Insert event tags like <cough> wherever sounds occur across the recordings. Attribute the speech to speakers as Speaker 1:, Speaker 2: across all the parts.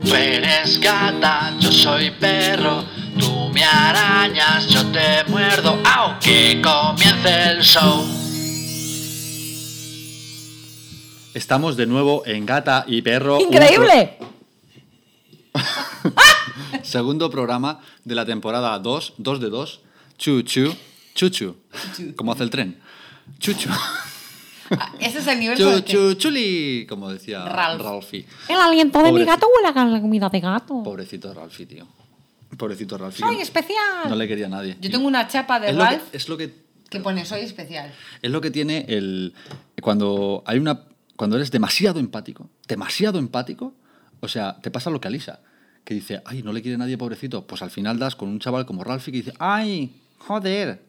Speaker 1: Tú eres gata, yo soy perro. Tú me arañas, yo te muerdo. Aunque comience el show.
Speaker 2: Estamos de nuevo en Gata y Perro. un
Speaker 3: ¡Increíble!
Speaker 2: pro- segundo programa de la temporada 2, 2 de 2. Chu, chu, chuchu. Como hace el tren. Chuchu.
Speaker 3: Ah, Ese es el nivel con
Speaker 2: Chu,
Speaker 3: el que...
Speaker 2: chu, chuli. Como decía
Speaker 3: Ralph.
Speaker 2: Ralphie.
Speaker 3: ¿El aliento de mi
Speaker 2: Pobre-
Speaker 3: gato huele a la comida de gato?
Speaker 2: Pobrecito Ralphie, tío. Pobrecito Ralphie.
Speaker 3: ¡Soy
Speaker 2: que
Speaker 3: especial!
Speaker 2: No le quería a nadie.
Speaker 3: Yo tengo una chapa de
Speaker 2: es lo que-
Speaker 3: Ralph que,
Speaker 2: es lo que
Speaker 3: pone soy especial.
Speaker 2: Es lo que tiene el. Cuando hay una. Cuando eres demasiado empático, demasiado empático, o sea, te pasa lo que a Lisa, que dice, ay, no le quiere nadie, pobrecito. Pues al final das con un chaval como Ralphie que dice, ay, joder.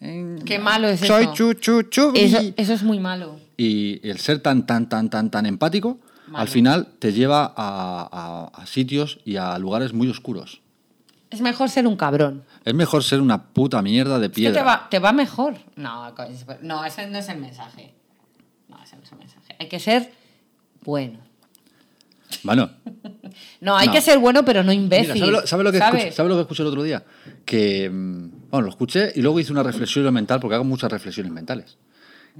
Speaker 2: eh,
Speaker 3: Qué malo es
Speaker 2: soy
Speaker 3: eso.
Speaker 2: Chu, chu, chubi".
Speaker 3: Eso, eso es muy malo.
Speaker 2: Y el ser tan, tan, tan, tan, tan empático,
Speaker 3: Malo.
Speaker 2: al final te lleva a, a- a sitios y a lugares muy oscuros.
Speaker 3: Es mejor ser un cabrón.
Speaker 2: Es mejor ser una puta mierda de
Speaker 3: Es que
Speaker 2: piedra.
Speaker 3: te va, te va mejor. No, co- es- no, ese no es el mensaje. No, ese no es el mensaje. Hay que ser bueno.
Speaker 2: Bueno,
Speaker 3: No, hay
Speaker 2: No.
Speaker 3: que ser bueno, pero no imbécil.
Speaker 2: Mira, ¿sabe lo, sabe lo que
Speaker 3: ¿Sabes?
Speaker 2: escuché, sabe lo que escuché el otro día? Que, mm, bueno, lo escuché y luego hice una reflexión mental, porque hago muchas reflexiones mentales.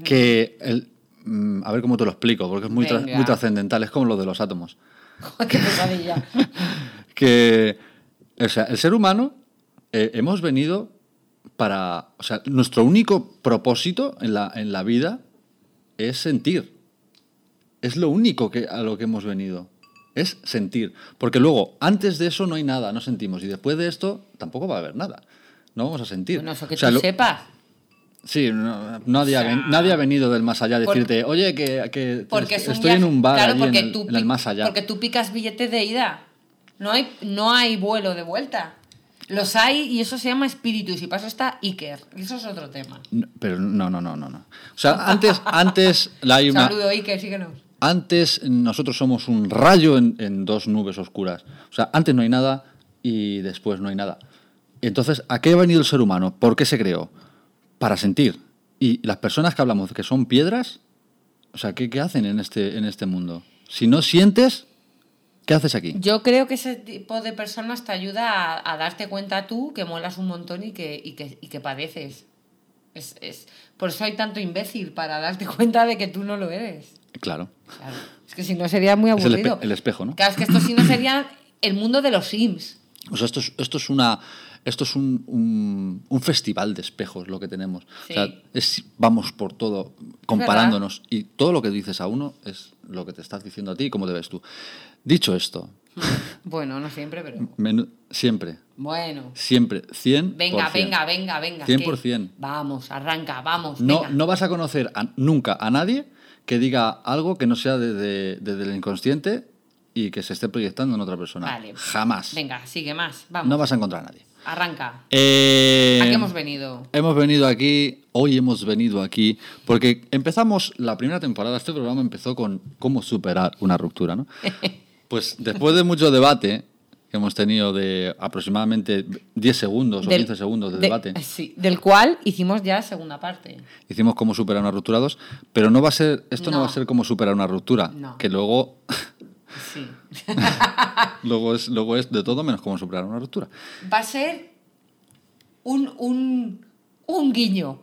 Speaker 2: Que, el, mm, a ver cómo te lo explico, porque es muy, tra-
Speaker 3: Venga.
Speaker 2: muy trascendental, es como lo de los átomos.
Speaker 3: <laughs> Joder, qué pesadilla.
Speaker 2: Que, o sea, el ser humano eh, hemos venido para, o sea, nuestro único propósito en la, en la vida es sentir. Es lo único que, a lo que hemos venido. Es sentir. Porque luego, antes de eso no hay nada, no sentimos. Y después de esto tampoco va a haber nada. No vamos a sentir. <laughs>
Speaker 3: Bueno, eso que
Speaker 2: O sea,
Speaker 3: tú
Speaker 2: lo-
Speaker 3: sepas.
Speaker 2: Sí, no- nadie, ha ven- nadie ha venido del más allá a
Speaker 3: Por-
Speaker 2: decirte, oye, que, que
Speaker 3: Porque
Speaker 2: est-
Speaker 3: es un
Speaker 2: estoy en
Speaker 3: viaje-
Speaker 2: un bar
Speaker 3: claro,
Speaker 2: allí
Speaker 3: porque
Speaker 2: en, el,
Speaker 3: tú
Speaker 2: en el
Speaker 3: pi-
Speaker 2: más allá.
Speaker 3: Porque tú picas billetes de ida. No hay, no hay vuelo de vuelta. Los hay y eso se llama espíritu. Y si paso está Iker. Y eso es otro tema.
Speaker 2: No, Pero no, no, no, no. no. O sea, antes, antes la hay una,
Speaker 3: Saludo Iker, síguenos.
Speaker 2: Antes nosotros somos un rayo en, en dos nubes oscuras. O sea, antes no hay nada y después no hay nada. Entonces, ¿a qué ha venido el ser humano? ¿Por qué se creó? Para sentir. Y las personas que hablamos que son piedras, o sea, ¿qué, qué hacen en este, en este mundo? Si no sientes, ¿qué haces aquí?
Speaker 3: Yo creo que ese tipo de personas te ayuda a, a darte cuenta tú que molas un montón y que, y que, y que padeces. Es, es, por eso hay tanto imbécil, para darte <laughs> cuenta de que tú no lo eres.
Speaker 2: Claro.
Speaker 3: Claro. Es que si no sería muy
Speaker 2: Es el espe-
Speaker 3: aburrido.
Speaker 2: el espejo, ¿no?
Speaker 3: Claro, es que esto si no sería el mundo de los Sims.
Speaker 2: O sea, esto es, esto es una. Esto es un, un- un festival de espejos lo que tenemos. O sea,
Speaker 3: Sí.
Speaker 2: es- vamos por todo comparándonos y todo lo que dices a uno es lo que te estás diciendo a ti y cómo te ves tú. Dicho esto,
Speaker 3: Bueno, no siempre, pero.
Speaker 2: menu- siempre,
Speaker 3: Bueno.
Speaker 2: siempre, 100%.
Speaker 3: Venga, venga, venga, venga.
Speaker 2: 100%.
Speaker 3: que- Vamos, arranca, vamos.
Speaker 2: No,
Speaker 3: venga.
Speaker 2: no vas a conocer a- nunca a nadie que diga algo que no sea desde, desde el inconsciente y que se esté proyectando en otra persona.
Speaker 3: Vale.
Speaker 2: Jamás.
Speaker 3: Venga, sigue más. Vamos.
Speaker 2: No vas a encontrar a nadie.
Speaker 3: Arranca.
Speaker 2: Eh,
Speaker 3: ¿A qué hemos venido?
Speaker 2: Hemos venido aquí, hoy hemos venido aquí, porque empezamos la primera temporada, este programa empezó con cómo superar una ruptura,
Speaker 3: <laughs>
Speaker 2: ¿no? Pues después de mucho debate que hemos tenido de aproximadamente 10 segundos o 15 segundos de,
Speaker 3: <laughs>
Speaker 2: debate,
Speaker 3: Sí, del cual hicimos ya segunda parte.
Speaker 2: hicimos cómo superar una ruptura 2, pero no va a ser, esto no,
Speaker 3: No.
Speaker 2: va a ser cómo superar una ruptura,
Speaker 3: No.
Speaker 2: que luego, <laughs>
Speaker 3: Sí.
Speaker 2: luego, es, luego es de todo menos cómo superar una ruptura.
Speaker 3: Va a ser un, un, un guiño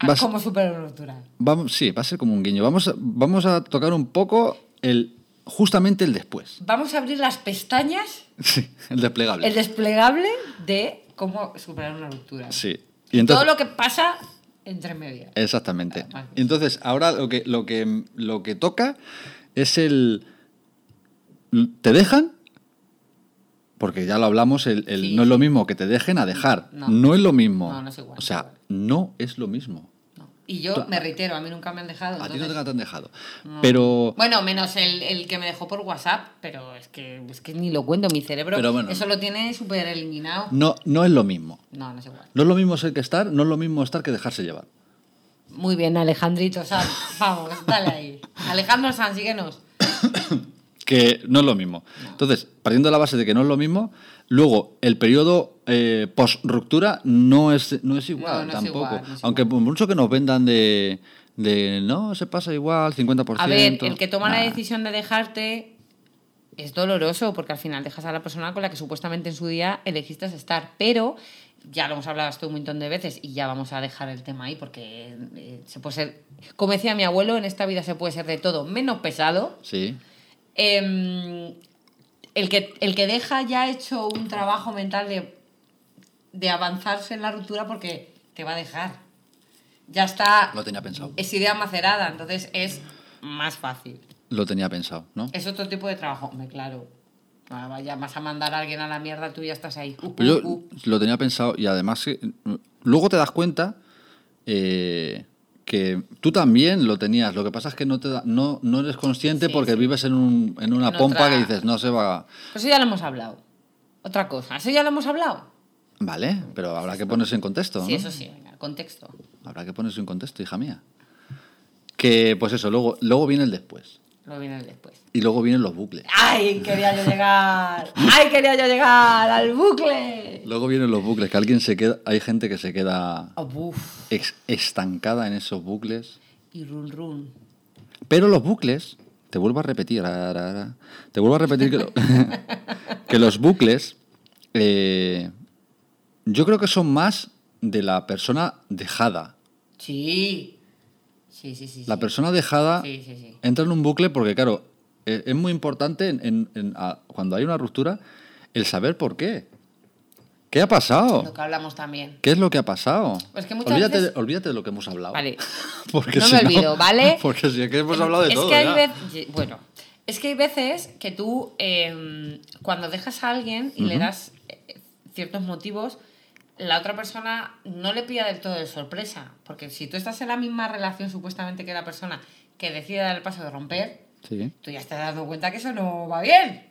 Speaker 3: a
Speaker 2: Vas-
Speaker 3: cómo superar una ruptura.
Speaker 2: Vamos, sí, va a ser como un guiño. Vamos a, vamos a tocar un poco el, justamente el después. <laughs>
Speaker 3: Vamos a abrir las pestañas,
Speaker 2: Sí, el desplegable.
Speaker 3: el desplegable de cómo superar una ruptura.
Speaker 2: Sí. Y entonces,
Speaker 3: Todo lo que pasa entre medias.
Speaker 2: Exactamente.
Speaker 3: Ah, vale.
Speaker 2: Y Entonces, ahora lo que, lo que, lo que toca es el... ¿Te dejan? Porque ya lo hablamos, el, el
Speaker 3: Sí.
Speaker 2: no es lo mismo que te dejen a dejar. No,
Speaker 3: No.
Speaker 2: es lo mismo.
Speaker 3: No, no es igual,
Speaker 2: o
Speaker 3: no es
Speaker 2: sea,
Speaker 3: igual.
Speaker 2: no es lo mismo.
Speaker 3: No. Y yo me reitero, a mí nunca me han dejado.
Speaker 2: A ti no
Speaker 3: entonces-
Speaker 2: te han dejado. Pero...
Speaker 3: Bueno, menos el, el que me dejó por WhatsApp, pero es que, es que ni lo cuento, mi cerebro
Speaker 2: Pero bueno. Mm.
Speaker 3: eso lo tiene súper eliminado.
Speaker 2: No, no es lo mismo.
Speaker 3: No, no es igual.
Speaker 2: No es lo mismo ser que estar, no es lo mismo estar que dejarse llevar.
Speaker 3: Muy bien, Alejandrito Sanz. Vamos, dale ahí. Alejandro Sanz, síguenos.
Speaker 2: que no es lo mismo. Entonces, partiendo de la base de que no es lo mismo, luego el periodo eh, post-ruptura no es, no es igual
Speaker 3: No, no es
Speaker 2: tampoco.
Speaker 3: igual, no es
Speaker 2: Aunque por mucho que nos vendan de, de, no, se pasa igual, 50%.
Speaker 3: A ver, el que toma la
Speaker 2: nah.
Speaker 3: decisión de dejarte es doloroso porque al final dejas a la persona con la que supuestamente en su día elegiste estar, pero ya lo hemos hablado esto un montón de veces y ya vamos a dejar el tema ahí porque eh, se puede ser, como decía mi abuelo, en esta vida se puede ser de todo menos pesado.
Speaker 2: Sí.
Speaker 3: Em, el, que, el que deja ya hecho un trabajo mental de, de avanzarse en la ruptura porque te va a dejar. Ya está,
Speaker 2: Lo tenía pensado.
Speaker 3: es idea macerada, entonces es más fácil.
Speaker 2: Lo tenía pensado, ¿no?
Speaker 3: Es otro tipo de trabajo, hombre, claro. Ah, Vaya, vas a mandar a alguien a la mierda, tú ya estás ahí. Uh,
Speaker 2: Pero
Speaker 3: uh,
Speaker 2: yo
Speaker 3: uh.
Speaker 2: lo tenía pensado y además eh, luego te das cuenta eh, que tú también lo tenías. Lo que pasa es que no te da- no, no eres consciente
Speaker 3: Sí,
Speaker 2: porque
Speaker 3: sí.
Speaker 2: vives en, un- en una
Speaker 3: En
Speaker 2: pompa
Speaker 3: otra-
Speaker 2: que dices, no se va.
Speaker 3: Pero eso ya lo hemos hablado. Otra cosa, eso ya lo hemos hablado.
Speaker 2: Vale, pero habrá que ponerse en contexto.
Speaker 3: Sí,
Speaker 2: ¿no?
Speaker 3: eso sí, venga, contexto.
Speaker 2: Habrá que ponerse en contexto, hija mía. Que pues eso, luego, luego viene el después.
Speaker 3: Lo viene el después.
Speaker 2: Y luego vienen los bucles.
Speaker 3: ¡Ay, quería yo llegar! ¡Ay, quería yo llegar al bucle!
Speaker 2: Luego vienen los bucles, que alguien se queda, hay gente que se queda
Speaker 3: Oh, buf.
Speaker 2: ex- estancada en esos bucles.
Speaker 3: Y run run.
Speaker 2: Pero los bucles, te vuelvo a repetir, ra, ra, ra, te vuelvo a repetir que, lo- <laughs> que los bucles, eh, yo creo que son más de la persona dejada.
Speaker 3: Sí. Sí, sí, sí.
Speaker 2: La
Speaker 3: sí.
Speaker 2: persona dejada
Speaker 3: Sí, sí, sí.
Speaker 2: entra en un bucle porque, claro, eh, es muy importante en- en- en- a- cuando hay una ruptura el saber por qué. ¿Qué ha pasado?
Speaker 3: Lo que hablamos también.
Speaker 2: ¿Qué es lo que ha pasado?
Speaker 3: Pues que muchas
Speaker 2: olvídate,
Speaker 3: veces-
Speaker 2: de- olvídate de lo que hemos hablado.
Speaker 3: Vale.
Speaker 2: <laughs> Porque
Speaker 3: No
Speaker 2: si
Speaker 3: me olvido, ¿vale?
Speaker 2: <laughs> Porque si es que hemos hablado de
Speaker 3: es
Speaker 2: todo.
Speaker 3: Que hay
Speaker 2: ya.
Speaker 3: vez- bueno, es que hay veces que tú, eh, cuando dejas a alguien y le das eh, ciertos motivos, la otra persona no le pilla del todo de sorpresa. Porque si tú estás en la misma relación supuestamente que la persona que decide dar el paso de romper,
Speaker 2: Sí.
Speaker 3: tú ya estás dando cuenta que eso no va bien.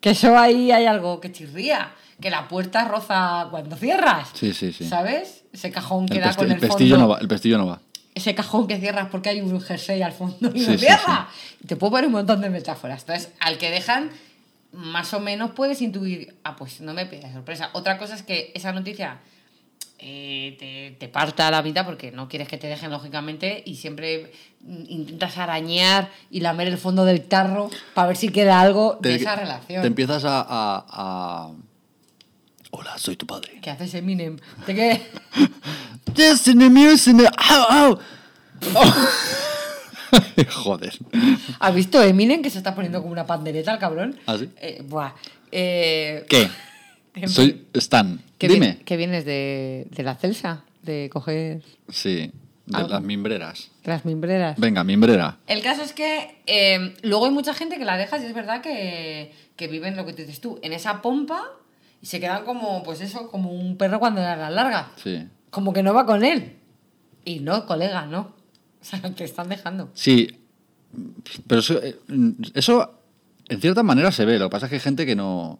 Speaker 3: Que eso ahí hay algo que chirría. Que la puerta roza cuando cierras.
Speaker 2: Sí, sí, sí.
Speaker 3: ¿Sabes? Ese cajón
Speaker 2: El,
Speaker 3: queda
Speaker 2: pesti-
Speaker 3: con
Speaker 2: el
Speaker 3: el,
Speaker 2: pestillo
Speaker 3: fondo
Speaker 2: no va, el pestillo no va.
Speaker 3: ese cajón que cierras porque hay un jersey al fondo y
Speaker 2: Sí,
Speaker 3: lo
Speaker 2: sí,
Speaker 3: cierras. Te puedo poner un montón de metáforas. Entonces, al que dejan, más o menos puedes intuir, ah, pues no me pega sorpresa. Otra cosa es que esa noticia eh, te, te parta a la mitad porque no quieres que te dejen, lógicamente, y siempre mm, intentas arañar y lamer el fondo del tarro para ver si queda algo de esa relación.
Speaker 2: te empiezas a, a- a- Hola, soy tu padre.
Speaker 3: que haces Eminem. Te que-
Speaker 2: Yes, in the music, in the- ow, ow. <laughs> Joder.
Speaker 3: <laughs> ¿Has visto Eminem que se está poniendo como una pandereta al cabrón?
Speaker 2: ¿Ah, sí?
Speaker 3: Eh, buah. Eh,
Speaker 2: ¿Qué?
Speaker 3: en fin.
Speaker 2: Soy Stan.
Speaker 3: ¿Qué
Speaker 2: Dime.
Speaker 3: vi- ¿Qué vienes de, de la celsa? De coger
Speaker 2: Sí, de
Speaker 3: Algo.
Speaker 2: las mimbreras.
Speaker 3: las mimbreras.
Speaker 2: Venga, mimbrera.
Speaker 3: El caso es que eh, luego hay mucha gente que la dejas y es verdad que, que viven lo que tú dices tú, en esa pompa y se quedan como, pues eso, como un perro cuando la la larga.
Speaker 2: Sí.
Speaker 3: Como que no va con él. Y no, colega, no. O sea, te están dejando.
Speaker 2: Sí. Pero eso, eh, eso, en cierta manera se ve. Lo que pasa es que hay gente que no.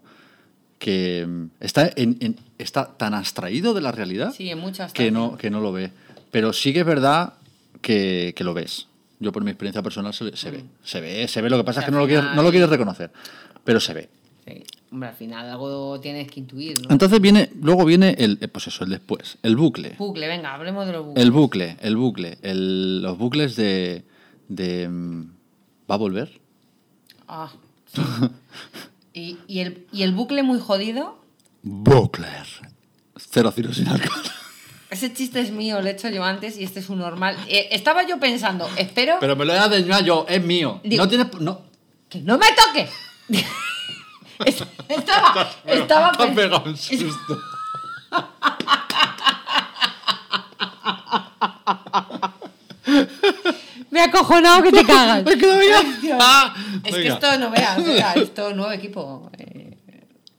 Speaker 2: que mm, está, en- en- está tan abstraído de la realidad
Speaker 3: Sí, en muchas.
Speaker 2: que,
Speaker 3: también.
Speaker 2: no, que no lo ve. Pero sí que es verdad que, que lo ves. Yo, por mi experiencia personal, se, se ve. Se ve, se ve. Lo que pasa es que no lo, quieres, no lo quieres reconocer. Pero se ve.
Speaker 3: Sí. Hombre, al final algo tienes que intuir, ¿no?
Speaker 2: Entonces viene, luego viene el, eh, pues eso, el después, el bucle.
Speaker 3: Bucle, venga, hablemos de los bucles.
Speaker 2: El bucle, el bucle, el- los bucles de, de, mm, ¿va a volver?
Speaker 3: Ah,
Speaker 2: <laughs>
Speaker 3: sí. y, y el, y el bucle muy jodido
Speaker 2: Bucler. Cero cero sin alcohol.
Speaker 3: Ese chiste es mío, lo he hecho yo antes y este es un normal. Eh, estaba yo pensando, espero
Speaker 2: Pero me lo he adentrado yo, es mío.
Speaker 3: Digo-
Speaker 2: no tienes. No.
Speaker 3: que no me toques. <laughs> Es- estaba, estaba
Speaker 2: Te has
Speaker 3: pen-
Speaker 2: <laughs> pegado un
Speaker 3: <laughs>
Speaker 2: susto.
Speaker 3: Me ha acojonado que te <laughs> cagas.
Speaker 2: Me he quedado ya. Ah,
Speaker 3: Es que
Speaker 2: venga.
Speaker 3: esto no veas,
Speaker 2: <laughs>
Speaker 3: mira, esto nuevo equipo. Eh,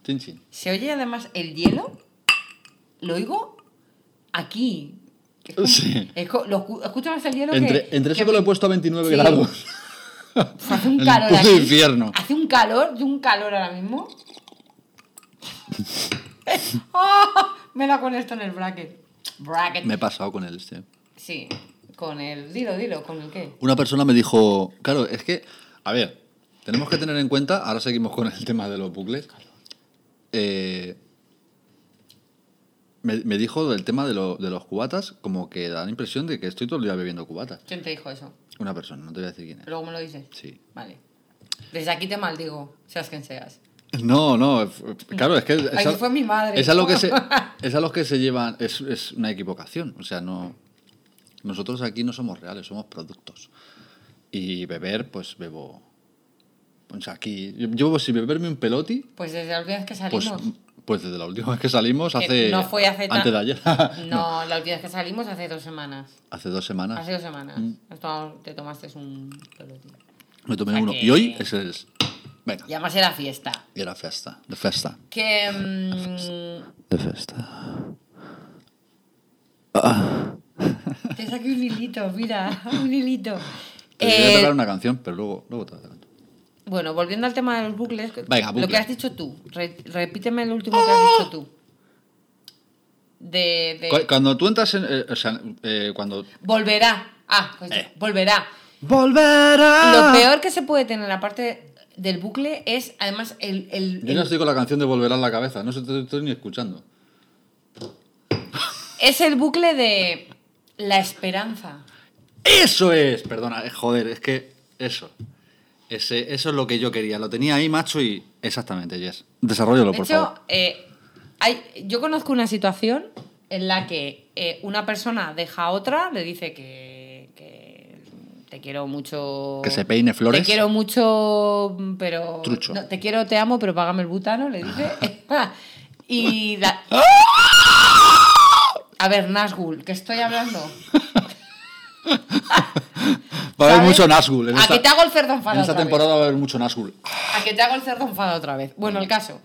Speaker 2: Chin, chin.
Speaker 3: se oye además el hielo, lo oigo aquí. Es como-
Speaker 2: Sí.
Speaker 3: es co- lo escu- escucho más el hielo
Speaker 2: Entre,
Speaker 3: que.
Speaker 2: entre eso que lo he puesto a 29
Speaker 3: Sí.
Speaker 2: grados. <laughs>
Speaker 3: Hace un
Speaker 2: El
Speaker 3: calor
Speaker 2: puto
Speaker 3: aquí.
Speaker 2: infierno.
Speaker 3: Hace un calor, de un calor ahora
Speaker 2: <laughs>
Speaker 3: mismo. ¡Ah! me da con esto en el bracket. Bracket.
Speaker 2: Me he pasado con él este.
Speaker 3: Sí, con el. Dilo, dilo, ¿con el qué?
Speaker 2: Una persona me dijo, claro, es que, a ver, tenemos que tener en cuenta, ahora seguimos con el <laughs> tema de los bucles. Eh, me, me dijo del tema de, lo- de los cubatas, como que da la impresión de que estoy todo el día bebiendo cubatas.
Speaker 3: ¿Quién te dijo eso?
Speaker 2: Una persona, no te voy a decir quién es.
Speaker 3: Luego me lo dices.
Speaker 2: Sí.
Speaker 3: Vale. Desde aquí te maldigo, seas quien seas.
Speaker 2: No, no, f- claro, es que... Es
Speaker 3: Ahí fue mi madre.
Speaker 2: Es a lo que
Speaker 3: <laughs>
Speaker 2: se, es a lo que se llevan, es, es una equivocación, o sea, no... Nosotros aquí no somos reales, somos productos. Y beber, pues bebo... Pues aquí, yo, yo si beberme un peloti,
Speaker 3: Pues desde la última vez que
Speaker 2: pues,
Speaker 3: salimos.
Speaker 2: pues desde la última vez que salimos,
Speaker 3: que
Speaker 2: hace...
Speaker 3: no fue hace tan-
Speaker 2: Antes de ayer.
Speaker 3: <laughs> No, la última vez que salimos hace dos semanas.
Speaker 2: <laughs> Hace dos semanas.
Speaker 3: Hace dos semanas.
Speaker 2: Mm.
Speaker 3: Nos tomamos- te tomaste un pelotín.
Speaker 2: Me tomé
Speaker 3: O sea
Speaker 2: uno.
Speaker 3: que-
Speaker 2: Y hoy ese es... Venga.
Speaker 3: Y además era fiesta.
Speaker 2: Y era festa. De festa.
Speaker 3: Que. mm,
Speaker 2: De festa.
Speaker 3: te saqué un hilito, mira, <laughs> un hilito.
Speaker 2: Te voy a
Speaker 3: Eh,
Speaker 2: tocar una canción, pero luego, luego te la canto.
Speaker 3: Bueno, volviendo al tema de los bucles, que-
Speaker 2: Venga, bucle.
Speaker 3: lo que has dicho tú, Re- repíteme el último que has dicho tú. De, de-
Speaker 2: Cu- Cuando tú entras en. eh, o sea, eh, cuando.
Speaker 3: volverá. Ah, pues,
Speaker 2: Eh. Ah.
Speaker 3: volverá.
Speaker 2: ¡Volverá!
Speaker 3: Lo peor que se puede tener aparte del bucle es además el, el-
Speaker 2: Yo no estoy con la canción de Volverá en la cabeza, no se te estoy ni escuchando.
Speaker 3: es el bucle de la esperanza.
Speaker 2: ¡Eso es! Perdona, eh, joder, es que. Eso. Ese, eso es lo que yo quería. Lo tenía ahí, macho, y. Exactamente, Jess. Desarrollalo,
Speaker 3: De
Speaker 2: por
Speaker 3: hecho,
Speaker 2: favor.
Speaker 3: eh, hay, yo conozco una situación en la que eh, una persona deja a otra, le dice que, que te quiero mucho.
Speaker 2: Que se peine flores.
Speaker 3: Te quiero mucho, pero.
Speaker 2: Trucho.
Speaker 3: no, te quiero, te amo, pero págame el butano,
Speaker 2: <laughs>
Speaker 3: le dice. <laughs> y. da-
Speaker 2: ¡Ah!
Speaker 3: A ver, Nazgul, ¿qué estoy hablando?
Speaker 2: Va a haber
Speaker 3: ¿Sabes?
Speaker 2: mucho Nazgul. En
Speaker 3: ¿A
Speaker 2: esta,
Speaker 3: que te hago el cerdo enfadado
Speaker 2: en esta
Speaker 3: otra vez?
Speaker 2: temporada va a haber mucho Nazgul.
Speaker 3: A que te hago el cerdo enfadado otra vez. Bueno, el caso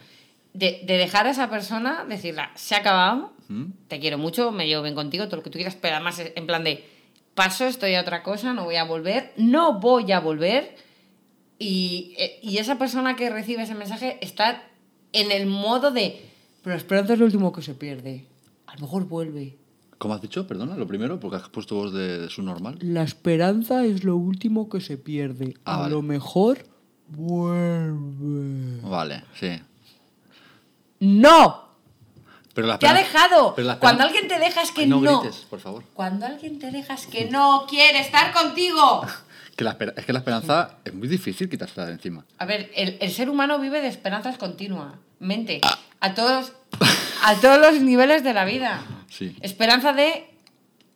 Speaker 3: de, de dejar a esa persona, decirla, se ha acabado, te quiero mucho, me llevo bien contigo, todo lo que tú quieras, pero además es en plan de, paso, estoy a otra cosa, no voy a volver, no voy a volver. Y, eh, y esa persona que recibe ese mensaje está en el modo de, pero la esperanza es lo último que se pierde. A lo mejor vuelve.
Speaker 2: ¿Cómo has dicho? Perdona, lo primero, porque has puesto voz de, de su normal.
Speaker 4: La esperanza es lo último que se pierde.
Speaker 2: Ah,
Speaker 4: a
Speaker 2: vale.
Speaker 4: lo mejor vuelve.
Speaker 2: Vale, sí.
Speaker 3: ¡No!
Speaker 2: Pero la
Speaker 3: ¡Te ha
Speaker 2: esperanza-
Speaker 3: dejado!
Speaker 2: pero la esperanza-
Speaker 3: Cuando alguien te deja es que no.
Speaker 2: No grites, por favor.
Speaker 3: Cuando alguien te dejas que no quiere estar contigo.
Speaker 2: Que la espera- es que la esperanza es muy difícil quitársela de encima.
Speaker 3: A ver, el, el ser humano vive de esperanzas continuamente.
Speaker 2: Ah.
Speaker 3: A todos, a todos los niveles de la vida.
Speaker 2: Sí.
Speaker 3: Esperanza de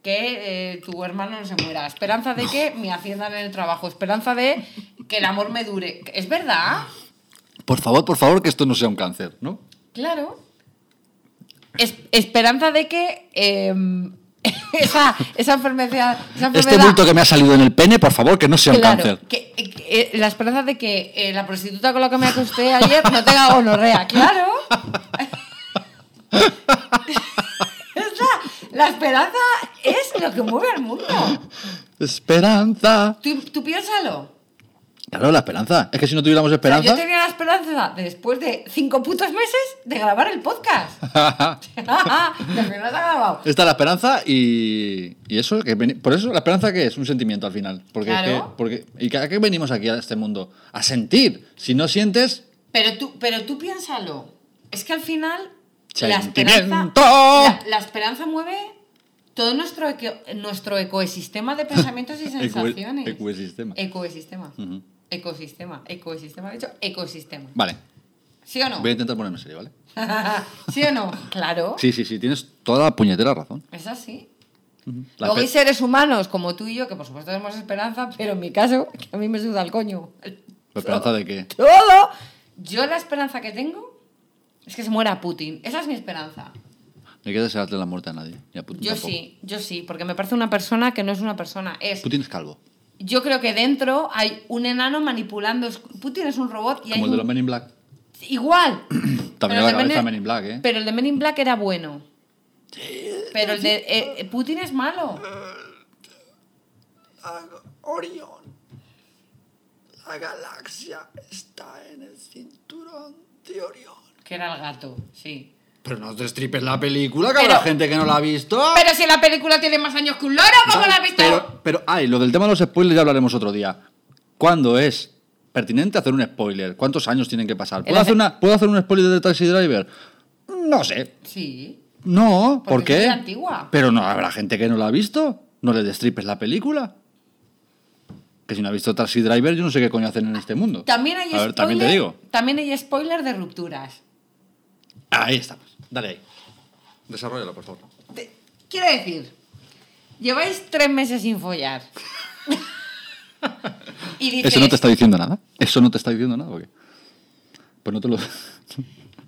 Speaker 3: que eh, tu hermano no se muera. Esperanza de que me haciendan en el trabajo. Esperanza de que el amor me dure. ¿Es verdad?
Speaker 2: Por favor, por favor, que esto no sea un cáncer, ¿no?
Speaker 3: Claro. Es- esperanza de que em, <laughs> esa, esa enfermedad. esa
Speaker 2: Este
Speaker 3: enfermedad-
Speaker 2: bulto que me ha salido en el pene, por favor, que no sea un
Speaker 3: Claro,
Speaker 2: cáncer.
Speaker 3: que- que, eh, la esperanza de que eh, la prostituta con la que me acosté ayer no tenga gonorrea, claro. <laughs> Es la- la esperanza es lo que mueve al mundo.
Speaker 2: Esperanza.
Speaker 3: Tú, tú piénsalo.
Speaker 2: Claro, la esperanza. Es que si no tuviéramos
Speaker 3: O sea,
Speaker 2: esperanza.
Speaker 3: yo tenía la esperanza, después de cinco putos meses, de grabar el podcast. <laughs> Lo que no se ha grabado.
Speaker 2: <laughs> Está la esperanza y, y eso, que veni- por eso la esperanza que es un sentimiento al final. Porque, es
Speaker 3: Claro.
Speaker 2: que- porque ¿Y que- a qué venimos aquí a este mundo? A sentir. Si no sientes,
Speaker 3: Pero tú, pero tú piénsalo. Es que al final la esperanza,
Speaker 2: Sentimiento.
Speaker 3: la, la esperanza mueve todo nuestro, eco- nuestro
Speaker 2: <laughs>
Speaker 3: ecosistema de pensamientos y
Speaker 2: Eco-
Speaker 3: sensaciones.
Speaker 2: ecosistema.
Speaker 3: Ecosistema.
Speaker 2: Ujú.
Speaker 3: Ecosistema. Ecosistema. he dicho ecosistema.
Speaker 2: Vale,
Speaker 3: ¿Sí o no?
Speaker 2: voy a intentar ponerme serio, ¿vale?
Speaker 3: <laughs> ¿Sí o no? Claro.
Speaker 2: Sí, sí, sí, tienes toda la puñetera razón.
Speaker 3: Es así.
Speaker 2: La
Speaker 3: Luego
Speaker 2: espe-
Speaker 3: hay seres humanos como tú y yo, que por supuesto tenemos esperanza, pero en mi caso, que a mí me suda el coño.
Speaker 2: ¿La esperanza de qué?
Speaker 3: Todo. Yo la esperanza que tengo es que se muera Putin. Esa es mi esperanza.
Speaker 2: No hay que desearle la muerte a nadie. ni a Putin
Speaker 3: Yo
Speaker 2: tampoco.
Speaker 3: sí, yo sí, porque me parece una persona que no es una persona. Es.
Speaker 2: Putin es calvo.
Speaker 3: Yo creo que dentro hay un enano manipulando. es- Putin es un robot y hay.
Speaker 2: Como el de
Speaker 3: un-
Speaker 2: los Men in Black.
Speaker 3: Igual.
Speaker 2: <clears throat> También
Speaker 3: Pero
Speaker 2: la
Speaker 3: el de
Speaker 2: cabeza Men in Black, ¿eh?
Speaker 3: Pero el de Men in Black era bueno. Pero el de. eh, Putin es malo.
Speaker 5: Orión. La galaxia está en el cinturón de Orión.
Speaker 3: Que era el gato, sí.
Speaker 2: Pero no destripes la película, que
Speaker 3: Pero-
Speaker 2: habrá gente que no la ha visto.
Speaker 3: Pero si la película tiene más años que un loro, ¿cómo la has visto?
Speaker 2: Pero, pero, ay, lo del tema de los spoilers ya hablaremos otro día. ¿Cuándo es pertinente hacer un spoiler? ¿Cuántos años tienen que pasar? ¿Puedo,
Speaker 3: El
Speaker 2: hacer, una, ¿puedo hacer un spoiler de Taxi Driver? No sé.
Speaker 3: Sí.
Speaker 2: No, ¿por
Speaker 3: Porque
Speaker 2: qué?
Speaker 3: es muy antigua.
Speaker 2: Pero no habrá gente que no la ha visto. No le destripes la película. Que si no has visto Taxi Driver, yo no sé qué coño hacen en este mundo.
Speaker 3: También hay
Speaker 2: A ver, también te
Speaker 3: spoiler-
Speaker 2: digo.
Speaker 3: también hay spoiler de rupturas.
Speaker 2: Ahí estamos. Dale ahí. Desarrollalo, por favor.
Speaker 3: Te- Quiero decir, lleváis tres meses
Speaker 2: <laughs>
Speaker 3: sin follar. y dices,
Speaker 2: ¿Eso no te está diciendo nada? ¿Eso no te está diciendo nada o qué? Pues no te lo...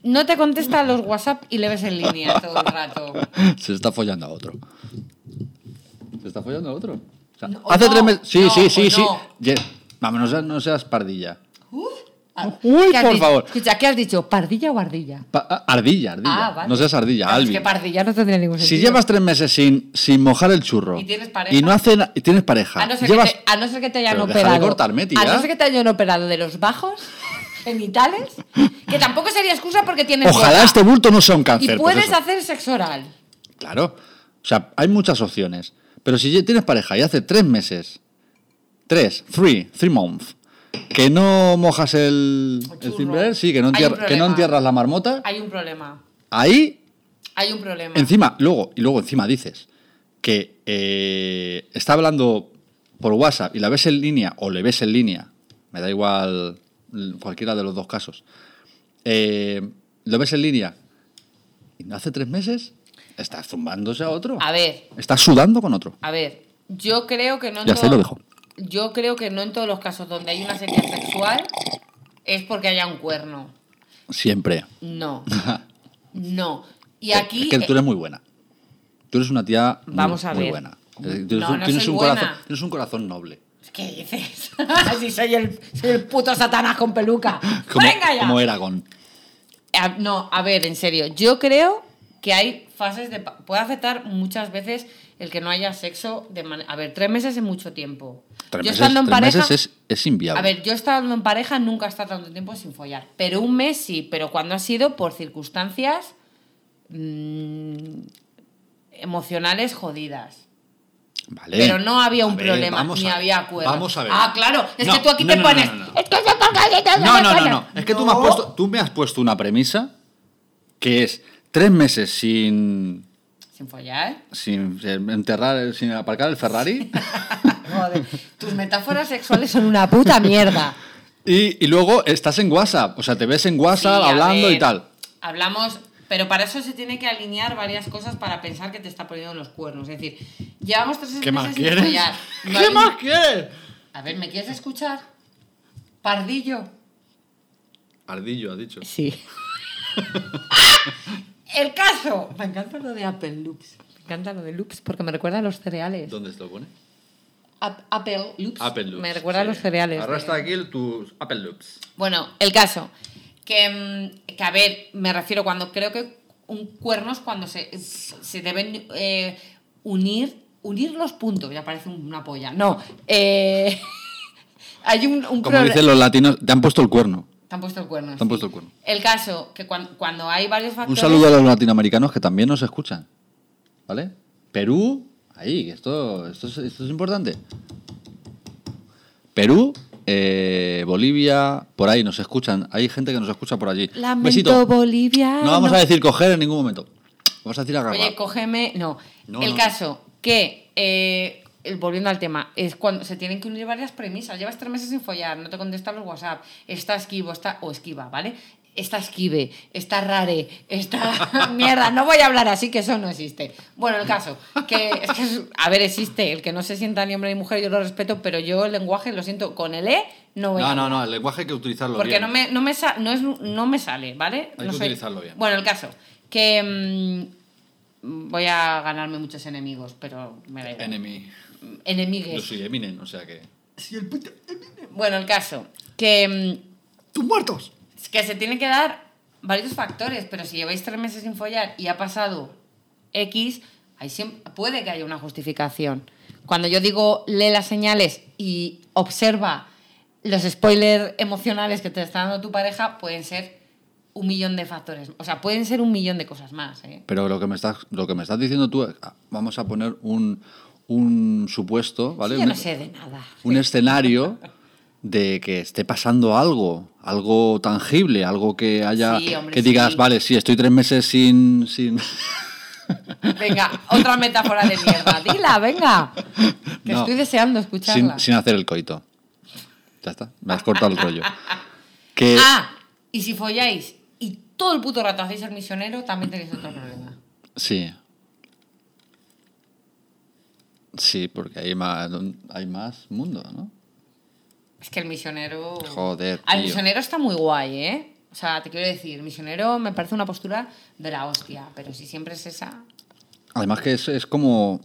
Speaker 3: no te contesta los WhatsApp y le ves en línea todo el rato.
Speaker 2: <laughs> Se está follando a otro. Se está follando a otro. O sea,
Speaker 3: No, o
Speaker 2: hace
Speaker 3: no,
Speaker 2: tres meses... Sí,
Speaker 3: no,
Speaker 2: sí,
Speaker 3: o
Speaker 2: sí, sí.
Speaker 3: no.
Speaker 2: Ye- Vamos, no seas, no seas pardilla.
Speaker 3: ¿Qué has
Speaker 2: por
Speaker 3: dicho?
Speaker 2: favor.
Speaker 3: Escucha, ¿qué has dicho? ¿Pardilla o ardilla?
Speaker 2: Pa- ah, ardilla, ardilla.
Speaker 3: Ah, vale.
Speaker 2: No seas ardilla,
Speaker 3: Claro,
Speaker 2: Albi.
Speaker 3: Es que pardilla no tendría ningún
Speaker 2: Si
Speaker 3: sentido.
Speaker 2: llevas tres meses sin, sin mojar el churro
Speaker 3: Y tienes pareja.
Speaker 2: y no hace na- y tienes pareja,
Speaker 3: a no, ser
Speaker 2: llevas
Speaker 3: que te, a no ser que te hayan
Speaker 2: Pero deja de
Speaker 3: operado.
Speaker 2: cortarme, tía.
Speaker 3: A no ser que te hayan operado de
Speaker 2: <laughs>
Speaker 3: los bajos genitales, que tampoco sería excusa porque tienes.
Speaker 2: Ojalá
Speaker 3: boca.
Speaker 2: este bulto no sea un
Speaker 3: Y
Speaker 2: cáncer. pues
Speaker 3: puedes
Speaker 2: eso.
Speaker 3: hacer sexo oral.
Speaker 2: Claro. O sea, hay muchas opciones. Pero si ya tienes pareja y hace tres meses, tres, three, three months, que no mojas el,
Speaker 3: El
Speaker 2: el
Speaker 3: churro.
Speaker 2: cimbrer, sí, que no,
Speaker 3: Hay un
Speaker 2: entierra- que no
Speaker 3: problema.
Speaker 2: entierras la marmota,
Speaker 3: Hay un problema.
Speaker 2: ahí
Speaker 3: Hay un problema.
Speaker 2: Encima, luego, y luego encima dices que eh, está hablando por WhatsApp y la ves en línea o le ves en línea, me da igual mm, cualquiera de los dos casos, eh, lo ves en línea y no hace tres meses está zumbándose a otro.
Speaker 3: A ver,
Speaker 2: Está sudando con otro.
Speaker 3: a ver. Yo creo que no en
Speaker 2: Ya está,
Speaker 3: todo-
Speaker 2: lo dejo.
Speaker 3: Yo creo que no en todos los casos donde hay una sequía sexual es porque haya un cuerno.
Speaker 2: Siempre. <laughs>
Speaker 3: No. No. Y aquí.
Speaker 2: Es que tú eres muy buena. Tú eres una tía muy-
Speaker 3: Vamos a
Speaker 2: muy
Speaker 3: ver.
Speaker 2: buena. Eh, Tienes,
Speaker 3: No,
Speaker 2: un-
Speaker 3: no
Speaker 2: tienes
Speaker 3: soy
Speaker 2: un
Speaker 3: buena.
Speaker 2: corazón, tienes un corazón noble.
Speaker 3: ¿Qué dices? <laughs> Así soy el, soy el puto Satanás con peluca. ¡Venga ya!
Speaker 2: Como Eragon.
Speaker 3: A- no, a ver, en serio. Yo creo que hay fases de. pa- Puede afectar muchas veces el que no haya sexo de man- A ver, tres meses es mucho tiempo.
Speaker 2: Tres
Speaker 3: yo
Speaker 2: meses,
Speaker 3: estando en
Speaker 2: tres
Speaker 3: pareja.
Speaker 2: meses es, es inviable.
Speaker 3: A ver, yo estando en pareja nunca he estado tanto tiempo sin follar. Pero un mes sí, pero cuando ha sido por circunstancias mm, emocionales jodidas.
Speaker 2: Vale.
Speaker 3: Pero no había un
Speaker 2: A ver,
Speaker 3: problema,
Speaker 2: vamos
Speaker 3: ni
Speaker 2: a-
Speaker 3: había acuerdo.
Speaker 2: Vamos a ver.
Speaker 3: Ah, claro, es
Speaker 2: No,
Speaker 3: que tú aquí
Speaker 2: no,
Speaker 3: te
Speaker 2: no,
Speaker 3: pones.
Speaker 2: No, no, no.
Speaker 3: "Es que yo porque yo
Speaker 2: No,
Speaker 3: tengo que
Speaker 2: no, no,
Speaker 3: follar".
Speaker 2: no. Es que Tú, me has puesto, tú me has puesto una premisa que es tres meses sin,
Speaker 3: Sin follar.
Speaker 2: sin eh, enterrar, sin aparcar el
Speaker 3: <laughs>
Speaker 2: Ferrari
Speaker 3: Joder, tus metáforas sexuales son una puta <laughs> mierda.
Speaker 2: y, y luego estás en WhatsApp. O sea, te ves en
Speaker 3: Sí,
Speaker 2: WhatsApp
Speaker 3: a
Speaker 2: hablando
Speaker 3: ver,
Speaker 2: y tal.
Speaker 3: Hablamos, pero para eso se tiene que alinear varias cosas para pensar que te está poniendo los cuernos. Es decir, llevamos tres
Speaker 2: ¿Qué
Speaker 3: meses
Speaker 2: más
Speaker 3: sin
Speaker 2: quieres?
Speaker 3: <laughs> follar. No
Speaker 2: ¿Qué
Speaker 3: hay-
Speaker 2: más quieres?
Speaker 3: A ver, ¿me quieres escuchar? Pardillo.
Speaker 2: Ardillo, ha dicho.
Speaker 3: Sí. <laughs> El caso. Me encanta lo de Apple Loops. Me encanta lo de Loops porque me recuerda a los cereales.
Speaker 2: ¿Dónde se lo pone?
Speaker 3: Ap- Apple Loops. Me recuerda a los cereales. de-
Speaker 2: aquí tus Apple Loops.
Speaker 3: Bueno, el caso. Que, mm, que, a ver, me refiero cuando creo que un cuerno es cuando se, se deben eh, unir, unir los puntos. Ya parece una polla. No. eh, <laughs> hay un, un
Speaker 2: Como
Speaker 3: proble-
Speaker 2: dicen los latinos, te han puesto el cuerno.
Speaker 3: Te han puesto el cuerno.
Speaker 2: Te han
Speaker 3: sí.
Speaker 2: puesto el cuerno.
Speaker 3: El caso, que cuan- cuando, hay varios
Speaker 2: Un
Speaker 3: factores.
Speaker 2: saludo a los latinoamericanos que también nos escuchan. ¿Vale? Perú, ahí, esto, esto, es, esto es importante. Perú, eh, Bolivia, por ahí nos escuchan. Hay gente que nos escucha por allí.
Speaker 3: Lamento
Speaker 2: Besito.
Speaker 3: Bolivia.
Speaker 2: No vamos a decir coger en ningún momento. Vamos a decir agarrar.
Speaker 3: Oye, cógeme. No.
Speaker 2: No,
Speaker 3: el
Speaker 2: no,
Speaker 3: caso que, eh, el- volviendo al tema, es cuando se tienen que unir varias premisas. Llevas tres meses sin follar, no te contestan los WhatsApp, está esquivo, está. o esquiva, ¿vale? Está esquive, está rare, está. <laughs> Mierda, no voy a hablar así, que eso no existe. Bueno, el caso, que, es que es- a ver, existe. El que no se sienta ni hombre ni mujer, yo lo respeto, pero yo el lenguaje, lo siento, con el E no voy a
Speaker 2: no,
Speaker 3: hablar.
Speaker 2: no, no, el lenguaje hay que utilizarlo
Speaker 3: Porque
Speaker 2: bien.
Speaker 3: no me, no, me sa- no, es, no me sale, ¿vale?
Speaker 2: Hay
Speaker 3: No
Speaker 2: que utilizarlo bien.
Speaker 3: Bueno, el caso, que mm, voy a ganarme muchos enemigos, pero me da igual.
Speaker 2: Enemy.
Speaker 3: Enemigues.
Speaker 2: Yo soy Eminem, o sea que...
Speaker 5: Si el puto.
Speaker 3: Bueno, el caso, que, mm,
Speaker 5: ¡Tus muertos!
Speaker 3: es que se tienen que dar varios factores, pero si lleváis tres meses sin follar y ha pasado X, ahí siem- puede que haya una justificación. Cuando yo digo lee las señales y observa los spoilers emocionales que te está dando tu pareja, pueden ser un millón de factores. O sea, pueden ser un millón de cosas más. ¿eh?
Speaker 2: Pero lo que me estás, lo que me estás diciendo tú, es- ah, vamos a poner un, un supuesto, ¿vale?
Speaker 3: Yo
Speaker 2: Un-
Speaker 3: no sé de nada.
Speaker 2: un escenario de que esté pasando algo, algo tangible, algo que haya
Speaker 3: Sí, hombre,
Speaker 2: que
Speaker 3: sí.
Speaker 2: digas, vale, sí, estoy tres meses sin, sin... <laughs>
Speaker 3: Venga,
Speaker 2: <laughs>
Speaker 3: otra metáfora de mierda. Dila, venga. Que
Speaker 2: No.
Speaker 3: estoy deseando
Speaker 2: sin,
Speaker 3: escucharla.
Speaker 2: sin hacer el coito. Ya está, me has cortado el rollo. Que,
Speaker 3: <laughs> Ah, y si folláis y todo el puto rato hacéis el misionero, también tenéis otro problema.
Speaker 2: Sí. Sí, porque hay más, hay más mundo, ¿no?
Speaker 3: Es que el misionero.
Speaker 2: Joder,
Speaker 3: Al
Speaker 2: tío.
Speaker 3: misionero está muy guay, ¿eh? O sea, te quiero decir, misionero me parece una postura de la hostia, pero si siempre es esa.
Speaker 2: Además que es, es como...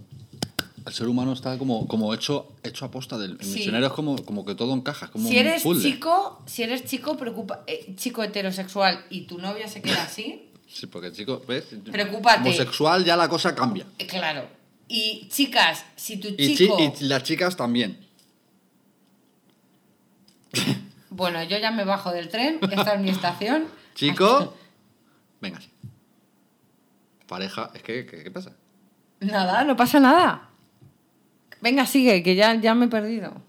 Speaker 2: El ser humano está como, como hecho, hecho a posta del el
Speaker 3: Sí.
Speaker 2: misionero. Es como, como que todo encaja, es como
Speaker 3: Si
Speaker 2: un
Speaker 3: eres
Speaker 2: puzzle.
Speaker 3: chico, si eres chico, preocupa, eh, chico heterosexual y tu novia se queda así,
Speaker 2: Sí, porque chico, ¿ves?
Speaker 3: Preocúpate.
Speaker 2: Homosexual ya la cosa cambia.
Speaker 3: eh, claro. Y chicas, si tu
Speaker 2: Y, chi-
Speaker 3: chico.
Speaker 2: y las chicas también.
Speaker 3: Bueno, yo ya me bajo del tren, esta es mi estación. <laughs>
Speaker 2: Chico, venga. sí. Pareja, es que, que- ¿qué pasa?
Speaker 3: Nada, no pasa nada. Venga, sigue, que ya, ya me he perdido.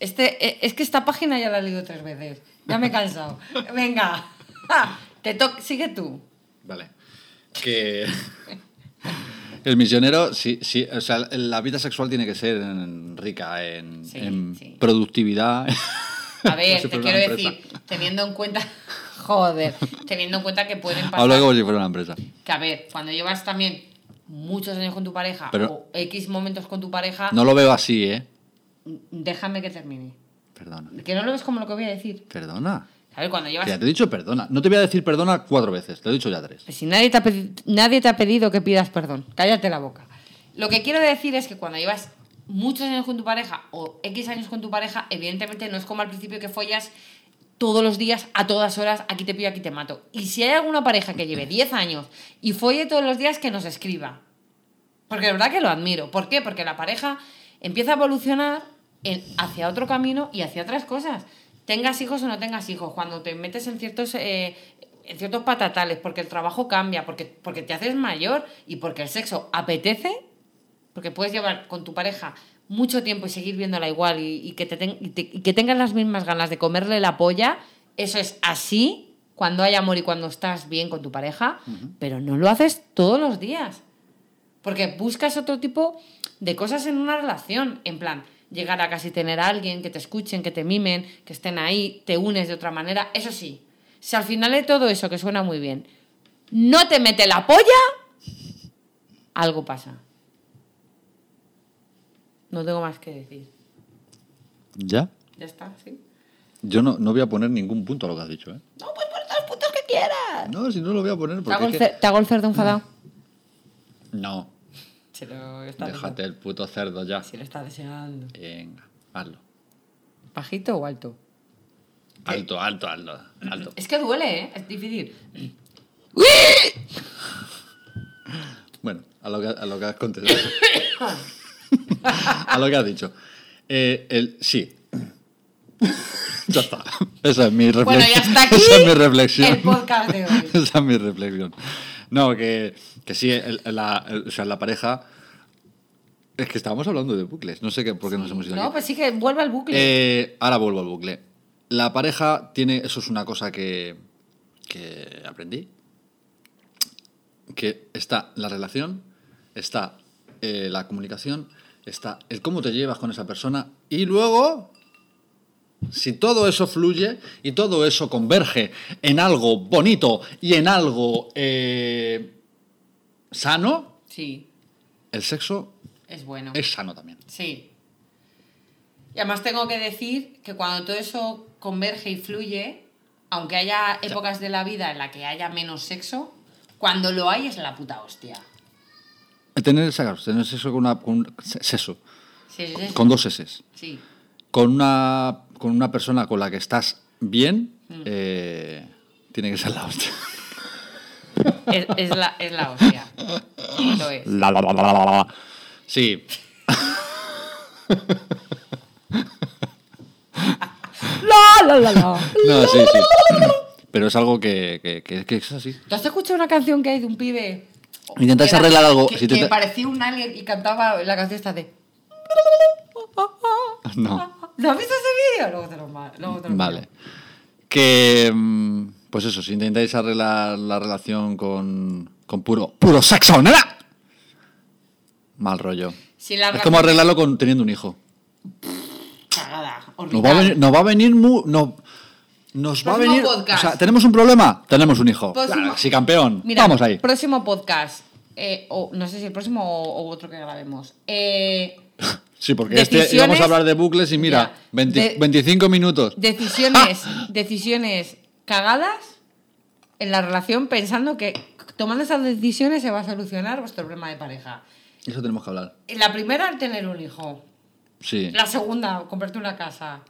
Speaker 3: Este, e- es que esta página ya la he leído tres veces. Ya me he cansado. Venga, <laughs> te to- sigue tú.
Speaker 2: Vale. Que. El misionero, sí, sí, o sea, la vida sexual tiene que ser en- rica en,
Speaker 3: Sí,
Speaker 2: en
Speaker 3: sí.
Speaker 2: productividad.
Speaker 3: A
Speaker 2: <laughs> Como
Speaker 3: ver,
Speaker 2: si
Speaker 3: te
Speaker 2: fuera
Speaker 3: quiero
Speaker 2: una empresa.
Speaker 3: decir, teniendo en cuenta, <laughs> joder, teniendo en cuenta que pueden pasar...
Speaker 2: Hablo como si fuera una empresa.
Speaker 3: Que a ver, cuando llevas también muchos años con tu pareja
Speaker 2: Pero-
Speaker 3: o X momentos con tu pareja,
Speaker 2: No lo veo así, ¿eh?
Speaker 3: déjame que termine.
Speaker 2: Perdona.
Speaker 3: Que no lo ves como lo que voy a decir.
Speaker 2: Perdona.
Speaker 3: A ver, cuando llevas
Speaker 2: Que ya te he dicho perdona. No te voy a decir perdona cuatro veces, te lo he dicho ya tres.
Speaker 3: Pues si nadie te, ha pedi- nadie te ha pedido que pidas perdón, cállate la boca. Lo que quiero decir es que cuando llevas muchos años con tu pareja o X años con tu pareja, evidentemente no es como al principio que follas todos los días, a todas horas, aquí te pido, aquí te mato. Y si hay alguna pareja que lleve 10 años y folle todos los días, que nos escriba. Porque de verdad que lo admiro. ¿Por qué? Porque la pareja empieza a evolucionar en- hacia otro camino y hacia otras cosas. Tengas hijos o no tengas hijos, cuando te metes en ciertos, eh, en ciertos patatales, porque el trabajo cambia, porque, porque te haces mayor y porque el sexo apetece, porque puedes llevar con tu pareja mucho tiempo y seguir viéndola igual y, y que, te ten- y te- y que tengas las mismas ganas de comerle la polla, eso es así cuando hay amor y cuando estás bien con tu pareja, pero no lo haces todos los días. Porque buscas otro tipo de cosas en una relación. En plan, llegar a casi tener a alguien, que te escuchen, que te mimen, que estén ahí, te unes de otra manera. Eso sí, si al final de todo eso, que suena muy bien, no te mete la polla, algo pasa. No tengo más que decir.
Speaker 2: ¿Ya?
Speaker 3: Ya está, ¿sí?
Speaker 2: Yo no, no voy a poner ningún punto a lo que has dicho, ¿eh?
Speaker 3: No, pues por todos los puntos que quieras.
Speaker 2: No, si no lo voy a poner
Speaker 3: Te hago,
Speaker 2: porque.
Speaker 3: el
Speaker 2: es que-
Speaker 3: cer- te hago el cerdo enfadado.
Speaker 2: No,
Speaker 3: Ah. Se lo está
Speaker 2: déjate el puto cerdo ya.
Speaker 3: Se lo está deseando.
Speaker 2: Venga, hazlo.
Speaker 3: ¿Bajito o alto?
Speaker 2: Alto, alto, alto, alto.
Speaker 3: Es que duele, ¿eh? Es difícil.
Speaker 2: <coughs> Bueno, a lo que, a lo que has contestado. <coughs> a lo que has dicho. Eh, el, sí. <coughs> ya está. Esa es mi reflexión.
Speaker 3: Bueno, ya está
Speaker 2: <laughs>
Speaker 3: aquí
Speaker 2: Esa es mi reflexión.
Speaker 3: el podcast de hoy.
Speaker 2: <laughs> Esa es mi reflexión. No, que, que sí, el- la, el- o sea, la pareja. Es que estábamos hablando de bucles. No sé qué, por qué nos hemos ido
Speaker 3: No,
Speaker 2: aquí.
Speaker 3: pues sí que vuelve al bucle.
Speaker 2: Eh, ahora vuelvo al bucle. La pareja tiene. Eso es una cosa que. que aprendí. Que está la relación, está eh, la comunicación, está el cómo te llevas con esa persona y luego. Si todo eso fluye y todo eso converge en algo bonito y en algo eh, sano,
Speaker 3: Sí,
Speaker 2: el sexo
Speaker 3: es bueno.
Speaker 2: es sano también.
Speaker 3: Sí. Y además tengo que decir que cuando todo eso converge y fluye, aunque haya épocas de la vida en la que haya menos sexo, cuando lo hay es la puta hostia.
Speaker 2: Tener, sexo- tener sexo con una. Con un, sexo.
Speaker 3: Sí, sí, sí.
Speaker 2: con dos S.
Speaker 3: Sí.
Speaker 2: Con una, con una persona con la que estás bien, eh, tiene que ser la hostia.
Speaker 3: Es, es la, es la hostia. Lo es.
Speaker 2: La, la, la, la, la, la. Sí,
Speaker 4: La, la, la, la.
Speaker 2: no, sí, sí. Pero es algo que, que, que- que es así.
Speaker 3: ¿Tú has escuchado una canción que hay de un pibe?
Speaker 2: Intentáis
Speaker 3: Que era-
Speaker 2: arreglar algo.
Speaker 3: Que,
Speaker 2: si te-
Speaker 3: que parecía un alien y cantaba la canción esta de...
Speaker 2: No,
Speaker 3: ¿No has visto ese vídeo? Luego te lo ma- luego te lo
Speaker 2: vale.
Speaker 3: mando.
Speaker 2: Que. mm, Pues eso, si intentáis arreglar la relación con, con puro, puro sexo, nada. Mal rollo.
Speaker 3: Si la
Speaker 2: es como
Speaker 3: relación-
Speaker 2: arreglarlo con, teniendo un hijo.
Speaker 3: Cagada. escalada.
Speaker 2: Nos va a
Speaker 3: orbital.
Speaker 2: venir, nos va a venir mu- no- nos va a
Speaker 3: Próximo
Speaker 2: venir.
Speaker 3: podcast.
Speaker 2: O sea, ¿tenemos un problema? Tenemos un hijo.
Speaker 3: Próximo-
Speaker 2: Claro, sí, campeón.
Speaker 3: Mira,
Speaker 2: Vamos ahí.
Speaker 3: Próximo podcast. eh, o no sé si el próximo o, o otro que grabemos. Eh,
Speaker 2: Sí, porque este
Speaker 3: decisiones-
Speaker 2: íbamos a hablar de bucles y mira,
Speaker 3: Ya,
Speaker 2: 20
Speaker 3: de-
Speaker 2: 25 minutos. <laughs>
Speaker 3: decisiones, decisiones cagadas en la relación pensando que tomando esas decisiones se va a solucionar vuestro problema de pareja.
Speaker 2: Eso tenemos que hablar.
Speaker 3: La primera, el tener un hijo.
Speaker 2: Sí.
Speaker 3: La segunda, comprarte una casa.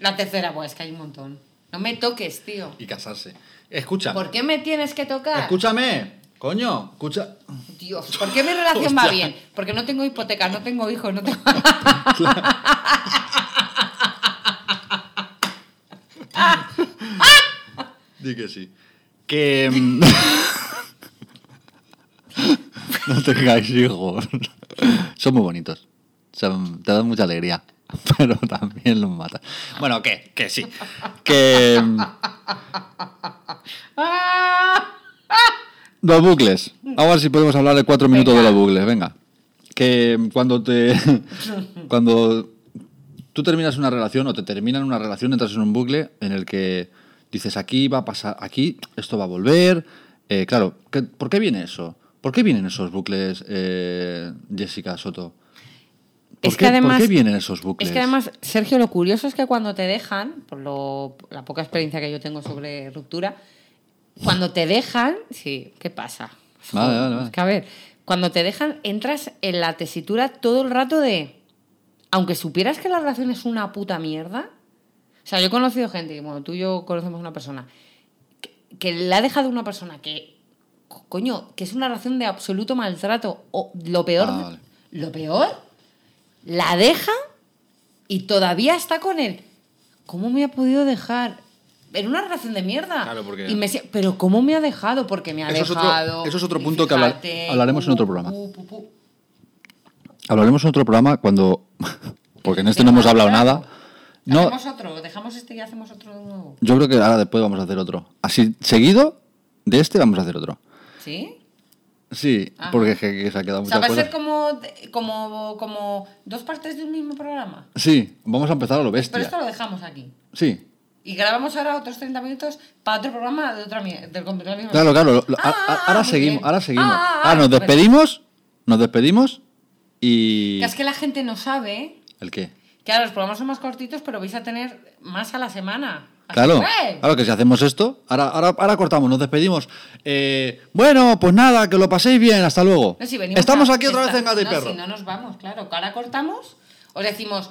Speaker 3: La tercera, pues que hay un montón. No me toques, tío.
Speaker 2: Y casarse. Escucha.
Speaker 3: ¿Por qué me tienes que tocar?
Speaker 2: Escúchame. Coño, escucha.
Speaker 3: Dios, ¿por qué mi relación va bien? Porque no tengo hipoteca, no tengo hijos,
Speaker 2: <laughs>
Speaker 3: no tengo...
Speaker 2: Di que sí. Que. mm, <laughs> no tengáis hijos. Son muy bonitos. Son- te dan mucha alegría. <laughs> Pero también los matan. Bueno, que, que sí. Que. mm,
Speaker 3: ¡Ah!
Speaker 2: Los bucles. A ver si podemos hablar de cuatro minutos
Speaker 3: Venga.
Speaker 2: de los bucles. Venga. Que mm, cuando te. <laughs> cuando tú terminas una relación o te terminan una relación, entras en un bucle en el que dices aquí va a pasar, aquí esto va a volver. Eh, claro, ¿qué- ¿por qué viene eso? ¿Por qué vienen esos bucles, eh, Jessica Soto? ¿Por,
Speaker 3: Es
Speaker 2: qué,
Speaker 3: que además-
Speaker 2: ¿Por qué vienen esos bucles?
Speaker 3: Es que además, Sergio, lo curioso es que cuando te dejan, por lo, por la poca experiencia que yo tengo sobre ruptura, cuando te dejan, sí, ¿qué pasa?
Speaker 2: Vale, vale,
Speaker 3: Es
Speaker 2: vale.
Speaker 3: que a ver, cuando te dejan, entras en la tesitura todo el rato de, aunque supieras que la relación es una puta mierda, o sea, yo he conocido gente, bueno, tú y yo conocemos una persona, que, que le ha dejado una persona que, co- coño, que es una relación de absoluto maltrato, o lo peor,
Speaker 2: Ah, vale.
Speaker 3: lo peor, la deja y todavía está con él. ¿Cómo me ha podido dejar? En una relación de mierda.
Speaker 2: Claro, porque-
Speaker 3: Y me decía, Pero ¿cómo me ha dejado? Porque me ha
Speaker 2: Eso es otro-
Speaker 3: dejado.
Speaker 2: eso es otro
Speaker 3: Y
Speaker 2: punto que habla- hablaremos en otro programa.
Speaker 3: pu, pu, pu.
Speaker 2: Hablaremos en otro programa cuando. <laughs> porque en este no hemos hablado nada. No,
Speaker 3: Hacemos otro, dejamos este y hacemos otro de nuevo.
Speaker 2: Yo creo que ahora después vamos a hacer otro. Así, seguido de este vamos a hacer otro.
Speaker 3: ¿Sí?
Speaker 2: Sí,
Speaker 3: Ajá.
Speaker 2: porque es que, que se ha quedado
Speaker 3: Ah. O sea,
Speaker 2: muchas
Speaker 3: va a
Speaker 2: cosas.
Speaker 3: ser como, como, como dos partes de un mismo programa.
Speaker 2: Sí, vamos a empezar a lo
Speaker 3: Pero
Speaker 2: bestia.
Speaker 3: esto lo dejamos aquí.
Speaker 2: Sí.
Speaker 3: Y grabamos ahora otros 30 minutos para otro programa de otra mier- del de la misma-
Speaker 2: Claro, claro. lo- lo-
Speaker 3: Ah,
Speaker 2: a- a-
Speaker 3: ah,
Speaker 2: ahora
Speaker 3: muy
Speaker 2: seguimos,
Speaker 3: bien.
Speaker 2: ahora seguimos.
Speaker 3: Ah,
Speaker 2: Ah,
Speaker 3: ah,
Speaker 2: nos
Speaker 3: pues-
Speaker 2: despedimos, nos despedimos y.
Speaker 3: Que es que la gente no sabe
Speaker 2: ¿El qué?
Speaker 3: que ahora los programas son más cortitos, pero vais a tener más a la semana. Así
Speaker 2: Claro,
Speaker 3: que- ¡eh!
Speaker 2: claro que si hacemos esto, ahora, ahora, ahora cortamos, nos despedimos. Eh, bueno, pues nada, que lo paséis bien, hasta luego.
Speaker 3: No, si venimos
Speaker 2: Estamos
Speaker 3: a-
Speaker 2: aquí otra
Speaker 3: esta-
Speaker 2: vez en Gato y
Speaker 3: no,
Speaker 2: Perro.
Speaker 3: Si no nos vamos, claro. que Ahora cortamos, os decimos,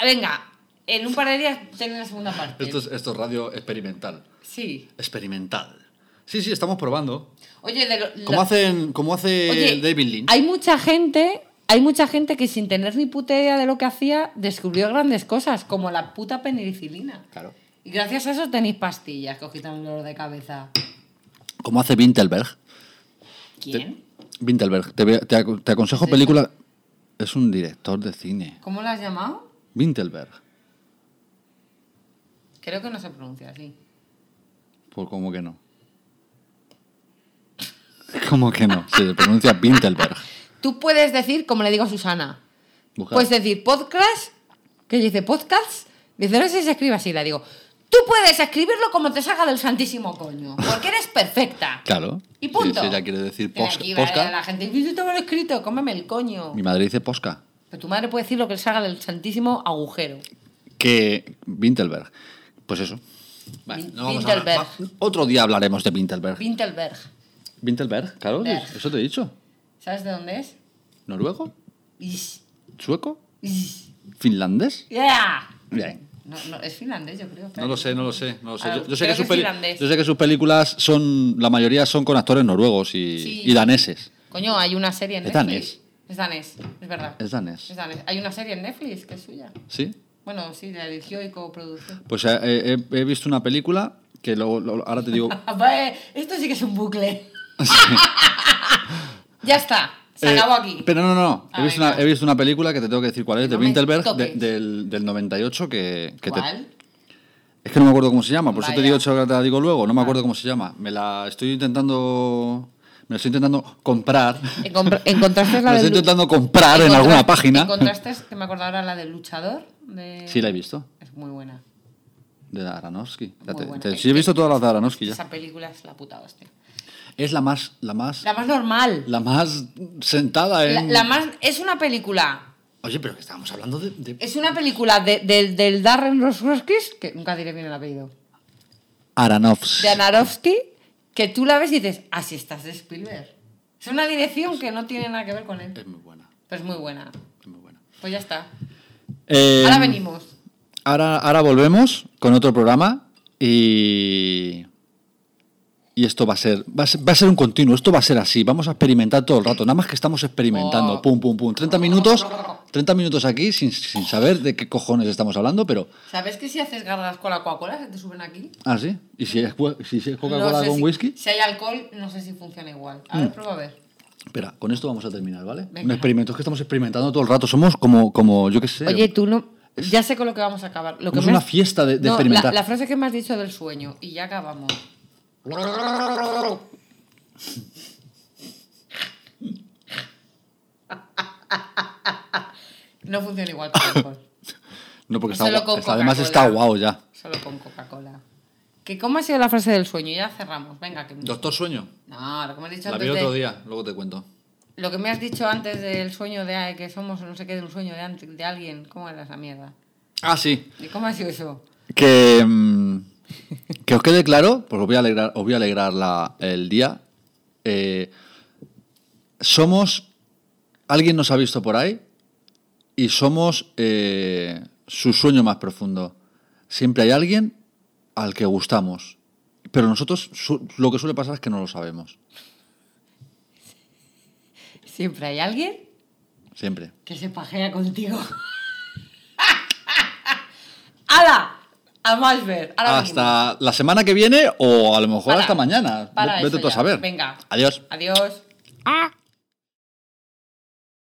Speaker 3: venga, en un par de días tenéis la segunda parte.
Speaker 2: Esto, es, esto es radio experimental.
Speaker 3: Sí.
Speaker 2: Experimental. Sí, sí, estamos probando.
Speaker 3: Oye, de lo-
Speaker 2: Como
Speaker 3: lo-
Speaker 2: hacen, como hace
Speaker 3: Oye,
Speaker 2: David Lynch.
Speaker 3: Hay mucha gente, hay mucha gente que sin tener ni puta idea de lo que hacía, descubrió grandes cosas, como la puta penicilina.
Speaker 2: Claro.
Speaker 3: Y gracias a eso tenéis pastillas que os quitan el dolor de cabeza.
Speaker 2: Como hace Winterberg.
Speaker 3: ¿Quién?
Speaker 2: Winterberg, te, ve- te aco- te aconsejo
Speaker 3: Sí.
Speaker 2: película. Es un director de cine.
Speaker 3: ¿Cómo la has llamado?
Speaker 2: Winterberg.
Speaker 3: Creo que no se pronuncia así.
Speaker 2: Pues como que no. <laughs> ¿Cómo que no? Se pronuncia Winterberg.
Speaker 3: Tú puedes decir, como le digo a Susana,
Speaker 2: Buscar.
Speaker 3: puedes decir podcast, que dice podcast, dice no sé si se escribe así, la digo. Tú puedes escribirlo como te salga del santísimo coño, porque eres perfecta.
Speaker 2: Claro.
Speaker 3: Y punto.
Speaker 2: Si ella quiere decir
Speaker 3: Pero
Speaker 2: pos-
Speaker 3: aquí va
Speaker 2: posca.
Speaker 3: La gente dice, yo te lo he escrito, cómeme el coño.
Speaker 2: Mi madre dice posca.
Speaker 3: Pero tu madre puede decir lo que le salga del santísimo agujero.
Speaker 2: Que Winterberg. Pues eso. Vale,
Speaker 3: Win-
Speaker 2: no vamos a hablar.
Speaker 3: Winterberg.
Speaker 2: Va- Otro día hablaremos de Winterberg.
Speaker 3: Winterberg.
Speaker 2: Winterberg, claro.
Speaker 3: Berg.
Speaker 2: Eso te he dicho.
Speaker 3: ¿Sabes de dónde es?
Speaker 2: ¿Noruego?
Speaker 3: Ish,
Speaker 2: ¿Sueco?
Speaker 3: ish.
Speaker 2: ¿Finlandés?
Speaker 3: Yeah.
Speaker 2: Bien.
Speaker 3: No, no, es finlandés, yo creo.
Speaker 2: No lo sé, no lo sé. No lo sé.
Speaker 3: Ah,
Speaker 2: Yo, yo sé
Speaker 3: creo
Speaker 2: que
Speaker 3: que
Speaker 2: sus
Speaker 3: es
Speaker 2: peli-
Speaker 3: finlandés.
Speaker 2: yo sé que sus películas son. La mayoría son con actores noruegos y,
Speaker 3: Sí.
Speaker 2: y daneses.
Speaker 3: Coño, hay una serie en
Speaker 2: Es
Speaker 3: Netflix. Es danés. Es verdad.
Speaker 2: Es danés.
Speaker 3: Es danés. Hay una serie en Netflix que es suya.
Speaker 2: ¿Sí?
Speaker 3: Bueno, sí, la dirigió y coprodujo.
Speaker 2: Pues eh, eh, he, he visto una película que luego, luego- ahora te digo.
Speaker 3: <laughs> Vale, Esto sí que es
Speaker 2: <laughs>
Speaker 3: un bucle. <laughs> ya está. <laughs> Se
Speaker 2: eh,
Speaker 3: acabó aquí.
Speaker 2: Pero no, no.
Speaker 3: Ah,
Speaker 2: He visto,
Speaker 3: venga.
Speaker 2: una, he visto una película que te tengo que decir cuál es, de
Speaker 3: No me
Speaker 2: Winterberg, de-
Speaker 3: toques.
Speaker 2: del, del 98, que, que te-
Speaker 3: ¿Cuál?
Speaker 2: Es que no me acuerdo cómo se llama, por eso
Speaker 3: Vaya. Ah.
Speaker 2: te digo, te la digo luego, no me acuerdo cómo se llama. Me la estoy intentando. Me lo estoy intentando
Speaker 3: <laughs>
Speaker 2: comprar.
Speaker 3: Encom-
Speaker 2: <laughs>
Speaker 3: Encontraste
Speaker 2: Me
Speaker 3: la
Speaker 2: lo
Speaker 3: del
Speaker 2: estoy
Speaker 3: lu-
Speaker 2: intentando comprar en
Speaker 3: encontra-
Speaker 2: alguna página.
Speaker 3: Encontraste, que me acuerdo ahora, la del luchador. De...
Speaker 2: Sí, la he visto.
Speaker 3: Es muy buena.
Speaker 2: De Aronofsky. Ya
Speaker 3: Muy
Speaker 2: te-
Speaker 3: buena. Eh,
Speaker 2: te- sí, he visto todas las de Aronofsky ya.
Speaker 3: Esa película es la puta hostia.
Speaker 2: Es la más, la más,
Speaker 3: La más normal.
Speaker 2: la más sentada
Speaker 3: La,
Speaker 2: en.
Speaker 3: la más. Es una película.
Speaker 2: Oye, pero que estábamos hablando de. de-
Speaker 3: Es una película de- del- del Darren Rosrowskis, que nunca diré bien el apellido.
Speaker 2: Aronofsky.
Speaker 3: De Anarovsky, que tú la ves y dices, así estás de Spielberg. Es una dirección que no tiene nada que ver con él.
Speaker 2: Es muy buena,
Speaker 3: Pero es muy buena.
Speaker 2: es muy buena.
Speaker 3: Pues ya está.
Speaker 2: Eh,
Speaker 3: Ahora venimos.
Speaker 2: Ahora, ahora volvemos con otro programa y. Y esto va a, ser, va, a ser, va a ser un continuo, esto va a ser así, vamos a experimentar todo el rato, nada más que estamos experimentando,
Speaker 3: Oh.
Speaker 2: pum, pum, pum, 30
Speaker 3: <laughs>
Speaker 2: minutos, 30 minutos aquí sin, sin saber de qué cojones estamos hablando, pero...
Speaker 3: ¿Sabes que si haces garras con la Coca-Cola se te suben aquí?
Speaker 2: Ah, sí, y si es, cua- si es
Speaker 3: No
Speaker 2: Coca-Cola
Speaker 3: sé
Speaker 2: con
Speaker 3: si-
Speaker 2: whisky... Mm.
Speaker 3: Si hay alcohol, no sé si funciona igual. A ver, prueba a ver.
Speaker 2: Espera, con esto vamos a terminar, ¿vale?
Speaker 3: Venga.
Speaker 2: Un experimento, es que estamos experimentando todo el rato, somos como, como yo qué sé...
Speaker 3: Oye, tú no. Ya sé con lo que vamos a acabar. Lo que
Speaker 2: Somos
Speaker 3: me
Speaker 2: una
Speaker 3: has-
Speaker 2: fiesta de- de
Speaker 3: No, la-
Speaker 2: experimentar.
Speaker 3: La, frase que me has dicho del sueño. Y ya acabamos. No funciona igual con alcohol.
Speaker 2: No, porque está,
Speaker 3: Solo
Speaker 2: gua-
Speaker 3: con
Speaker 2: está- además está
Speaker 3: Coca-Cola.
Speaker 2: guau ya.
Speaker 3: Solo con Coca-Cola. ¿Que ¿Cómo ha sido la frase del sueño? Ya cerramos. Venga, que.
Speaker 2: Doctor Sueño,
Speaker 3: No, lo que me has dicho
Speaker 2: la
Speaker 3: antes.
Speaker 2: vi
Speaker 3: de-
Speaker 2: otro día, luego te cuento.
Speaker 3: Lo que me has dicho antes del sueño de ay, que somos no sé qué, de un sueño de, ante- de alguien. ¿Cómo era esa mierda?
Speaker 2: Ah, sí,
Speaker 3: ¿Y cómo ha sido eso?
Speaker 2: Que, mm, que os quede claro, pues os voy a alegrar, os voy a alegrar la- el día. Eh, somos. Alguien nos ha visto por ahí y somos eh, su sueño más profundo. Siempre hay alguien al que gustamos. Pero nosotros su- lo que suele pasar es que no lo sabemos.
Speaker 3: Siempre hay alguien
Speaker 2: Siempre.
Speaker 3: que se pajea contigo. <laughs> ¡Hala! A más ver. Ahora venimos.
Speaker 2: hasta la semana que viene o a lo mejor
Speaker 3: Para.
Speaker 2: hasta mañana.
Speaker 3: Para
Speaker 2: Vete
Speaker 3: eso
Speaker 2: tú a
Speaker 3: ya.
Speaker 2: saber.
Speaker 3: Venga.
Speaker 2: Adiós.
Speaker 3: Adiós.
Speaker 4: ah.